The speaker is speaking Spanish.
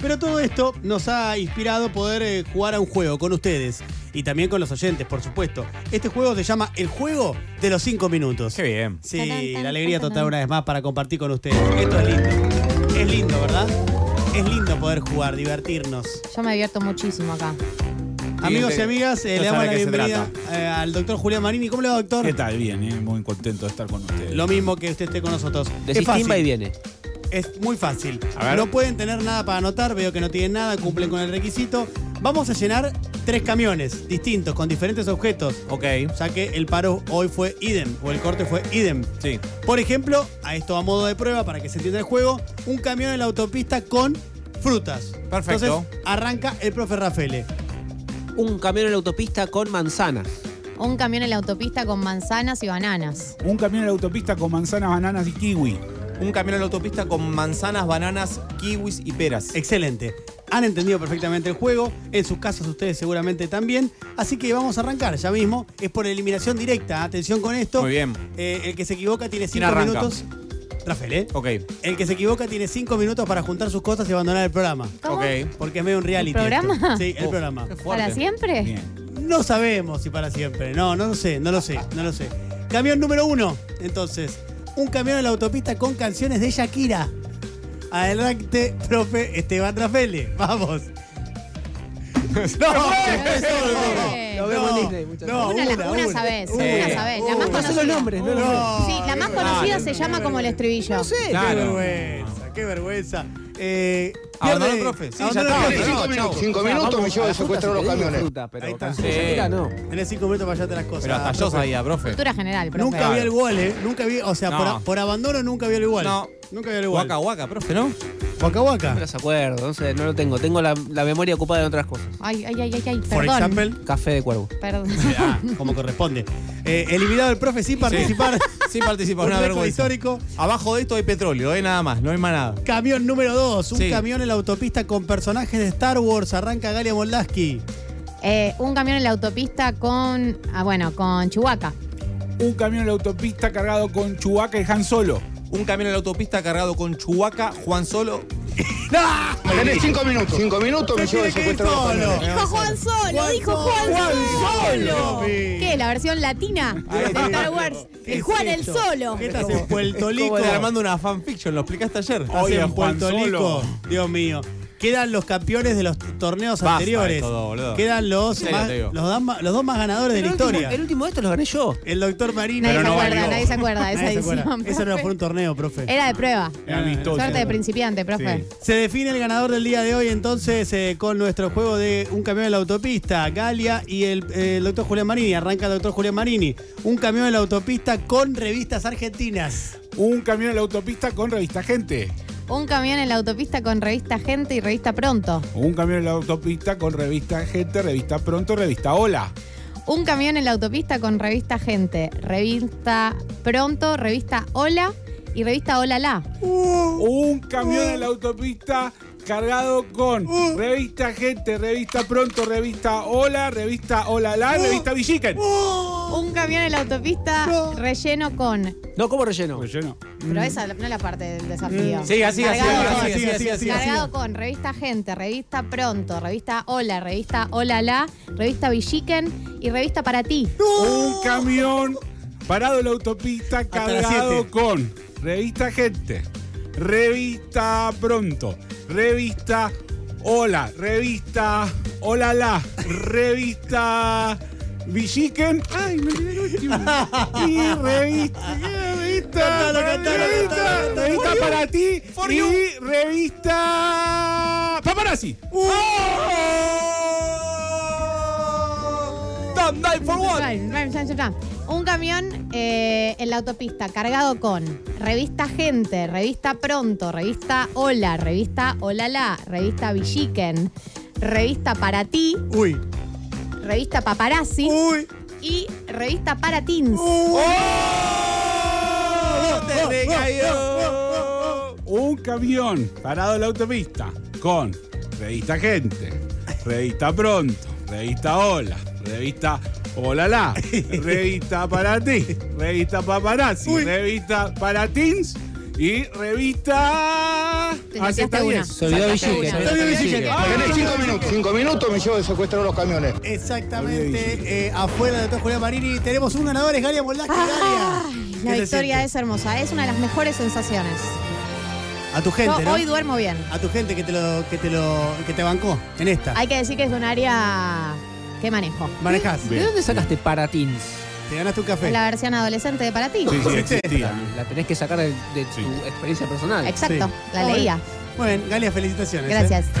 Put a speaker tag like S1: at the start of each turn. S1: Pero todo esto nos ha inspirado poder eh, jugar a un juego con ustedes y también con los oyentes, por supuesto. Este juego se llama El Juego de los 5 Minutos.
S2: Qué bien.
S1: Sí,
S3: Tarán, tarán,
S1: la alegría total
S3: tarán.
S1: una vez más para compartir con ustedes. Esto es lindo. Es lindo, ¿verdad? Es lindo poder jugar, divertirnos.
S3: Yo me divierto muchísimo acá.
S1: Amigos y
S2: te-
S1: amigas, eh,
S2: no
S1: le damos
S2: sabe
S1: la
S2: qué se
S1: bienvenida eh, al doctor Julián Marini. ¿Cómo le va, doctor?
S4: ¿Qué tal? Bien, eh, muy contento de estar con ustedes.
S1: Lo mismo que usted esté con nosotros.
S5: Decís
S1: es fácil.
S5: timba y viene.
S1: Es muy fácil.
S2: A ver.
S1: No pueden tener nada para anotar, veo que no tienen nada, cumplen con el requisito. Vamos a llenar tres camiones distintos, con diferentes objetos,
S2: Ok.
S1: ya que el paro hoy fue idem, o el corte fue idem.
S2: Sí.
S1: Por ejemplo, a esto a modo de prueba, para que se entienda el juego, un camión en la autopista con frutas.
S2: Perfecto.
S1: Entonces, arranca el profe Rafele.
S5: Un camión en la autopista con manzanas.
S3: Un camión en la autopista con manzanas y bananas.
S4: Un camión en la autopista con manzanas, bananas y kiwi.
S2: Un camión en la autopista con manzanas, bananas, kiwis y peras.
S6: Eh.
S1: Excelente. Han entendido perfectamente el juego, en sus casos ustedes seguramente también. Así que vamos a arrancar ya mismo. Es por eliminación directa, atención con esto.
S2: Muy bien.
S1: Eh, el que se equivoca tiene
S2: ¿Quién
S1: cinco
S2: arranca?
S1: minutos. Rafael, ¿eh?
S2: Ok.
S1: El que se equivoca tiene cinco minutos para juntar sus cosas y abandonar el programa.
S3: ¿Cómo?
S2: Ok.
S1: Porque es medio un reality.
S3: ¿El
S1: esto.
S3: programa?
S1: Sí, el
S2: Uf,
S1: programa.
S2: qué fuerte.
S3: ¿Para
S2: Eh.
S3: siempre?
S4: Bien.
S1: No sabemos si para siempre. No, no lo sé, no lo sé, no lo sé. Camión número uno. Entonces, un camión en la autopista con canciones de Shakira. Adelante, profe Esteban Trafele. Vamos. ¡No!
S3: fue!
S5: Lo vemos en Disney, muchachos.
S1: no,
S3: Una, la- una sabés, una
S2: Sí.
S1: Uh,
S3: sabés. La más
S5: No son los
S3: conocida.
S5: nombres, no los nombres.
S3: Sí, la más
S1: qué
S3: conocida
S1: vergüenza,
S3: se llama
S1: qué
S3: como el
S1: vergüenza.
S3: estribillo.
S5: No sé.
S1: Qué
S2: Claro.
S1: vergüenza, qué vergüenza. Eh,
S2: Abandonó
S1: pierde-
S2: el profe. Sí,
S1: abandonó el
S2: ya está.
S1: profe.
S2: No,
S6: Cinco
S2: chau.
S6: minutos, cinco minutos me llevo de secuestrar los camiones.
S5: Fruta, pero
S1: Ahí está.
S5: canción
S2: Sí.
S5: de Shakira no.
S1: Tenés cinco minutos para allá las cosas.
S2: Pero hasta yo
S1: profe.
S2: sabía, profe.
S3: Cultura general, profe.
S1: Nunca vi el gol, ¿eh? Nunca vi, o sea,
S2: No.
S1: por, por abandono nunca vi el gol.
S2: No.
S1: Nunca vi el gol.
S2: Guaca, guaca, profe, ¿no?
S1: Waka
S5: No
S1: Waka.
S5: las acuerdo, no sé, no lo tengo. Tengo la, la memoria ocupada en otras cosas.
S3: Ay, ay, ay, ay, ay,
S1: Por
S3: perdón.
S1: example.
S5: Café de cuervo.
S3: Perdón.
S1: Ah, como corresponde. Eh, eliminado el profe sin participar.
S2: Sí participa,
S1: Un
S2: una
S1: récord
S2: vergüenza.
S1: histórico.
S2: Abajo de esto hay petróleo, eh, nada más, no hay más nada.
S1: Camión número 2. Un
S2: Sí.
S1: camión en la autopista con personajes de Star Wars. Arranca Galia Moldaski.
S3: Eh, un camión en la autopista con. Ah, bueno, con Chihuahua.
S4: Un camión en la autopista cargado con Chubaca y Han Solo.
S2: Un camión en la autopista cargado con Chubaca, Juan Solo.
S6: Tenés cinco minutos. Cinco minutos me llevo de secuestrar los camiones.
S3: Dijo Juan Solo, dijo Juan, Solo. ¿Qué? ¿La versión latina de Star Wars? El Juan el Solo.
S1: ¿Qué estás en Puerto Lico?
S2: Estoy armando una fanfiction, lo explicaste ayer.
S1: ¿Estás
S4: Oye,
S1: en
S4: Juan
S1: Puerto Lico?
S4: Solo.
S1: Dios mío. Quedan los campeones de los torneos
S2: Basta de
S1: anteriores.
S2: todo, boludo.
S1: Quedan los,
S2: En serio
S1: más-
S2: te digo.
S1: los, dan ma- los dos más ganadores de la
S5: el, último,
S1: historia.
S5: el último de estos lo gané yo.
S1: El doctor Marino.
S3: Nadie
S4: Pero
S3: se
S4: no
S3: acuerda,
S4: valió.
S3: nadie se acuerda de esa
S1: Nadie se acuerda.
S3: edición.
S1: Ese no
S3: profe.
S1: fue un torneo, profe.
S3: Era de prueba.
S4: Era amistoso.
S3: Suerte de principiante, profe.
S1: Se define el ganador del día de hoy entonces eh, con nuestro juego de un camión en la autopista, Galia y el, eh, el doctor Julián Marini. Arranca el doctor Julián Marini. Un camión en la autopista con revistas argentinas.
S4: Un camión en la autopista con revista Gente.
S3: Un camión en la autopista con revista Gente y revista Pronto.
S4: Un camión en la autopista con revista Gente, revista Pronto, revista Hola.
S3: Un camión en la autopista con revista Gente, revista Pronto, revista Hola y revista Hola La.
S4: Un camión en la autopista cargado con revista Gente, revista Pronto, revista Hola, revista Hola La, revista Villiquen.
S3: Un camión en la autopista relleno con.
S5: No, ¿cómo relleno?
S4: Pues yo no.
S3: Pero esa no es la parte del desafío.
S2: Siga, siga,
S3: Cargado
S2: siga,
S3: con-
S2: siga, siga, siga, siga.
S3: Cargado con revista Gente, revista Pronto, revista Hola, revista Hola La, revista Villiquen y revista Para Ti.
S4: Un camión parado en la autopista
S1: Hasta las
S4: cargado
S1: siete.
S4: con revista Gente, revista Pronto, revista Hola, revista Hola La, revista Villiquen. Ay, me olvidé el último. Y revista. Revista,
S1: Cantalo, cantalo,
S4: revista,
S1: cantalo, cantalo.
S4: revista para ti
S2: For you.
S4: y revista Paparazzi.
S2: Damn, die for what?
S3: Un camión eh, en la autopista cargado con revista Gente, revista Pronto, revista Hola, revista Hola La, revista Villiquen, revista Para Ti,
S1: Uy.
S3: revista Paparazzi
S1: Uy.
S3: y revista Para Teens.
S1: Ah,
S4: ¡Oh!
S2: Te recayó.
S4: un camión parado en la autopista con revista Gente, revista Pronto, revista Hola, revista Hola La, revista para ti, revista Paparazzi, revista para teens Y revista.
S3: Te
S4: Así está
S3: sacaste una.
S4: bien.
S5: Se olvidó
S3: Sacaste
S5: Villiquen.
S3: una.
S5: Se olvidó
S1: Villiquen.
S5: Villiquen.
S4: Ah,
S6: Tenés
S4: no,
S6: cinco
S4: no, no.
S6: minutos, cinco minutos me llevo de secuestrar los camiones.
S1: Exactamente, eh, afuera de todo Julián Marini tenemos un ganador, es Galia Moldaki.
S3: Ay,
S1: Galia.
S3: la
S1: ¿Qué te
S3: victoria
S1: sientes?
S3: es hermosa, es una de las mejores sensaciones.
S1: A tu gente,
S3: Yo
S1: ¿no?
S3: hoy duermo bien.
S1: A tu gente que te lo, que te lo, que te bancó en esta.
S3: Hay que decir que es de un área que manejo.
S1: Manejás,
S5: ¿De dónde sacaste paratins?
S1: te ganaste un café.
S3: Es mm, la versión adolescente de para ti.
S4: Sí, sí,
S1: ¿Viste?
S4: existía.
S5: La tenés que sacar de, de
S4: Sí.
S5: tu experiencia personal.
S3: Exacto,
S1: Sí.
S3: la
S1: Muy
S3: leía.
S1: Bueno, Galia, felicitaciones. ¿eh?
S3: Gracias.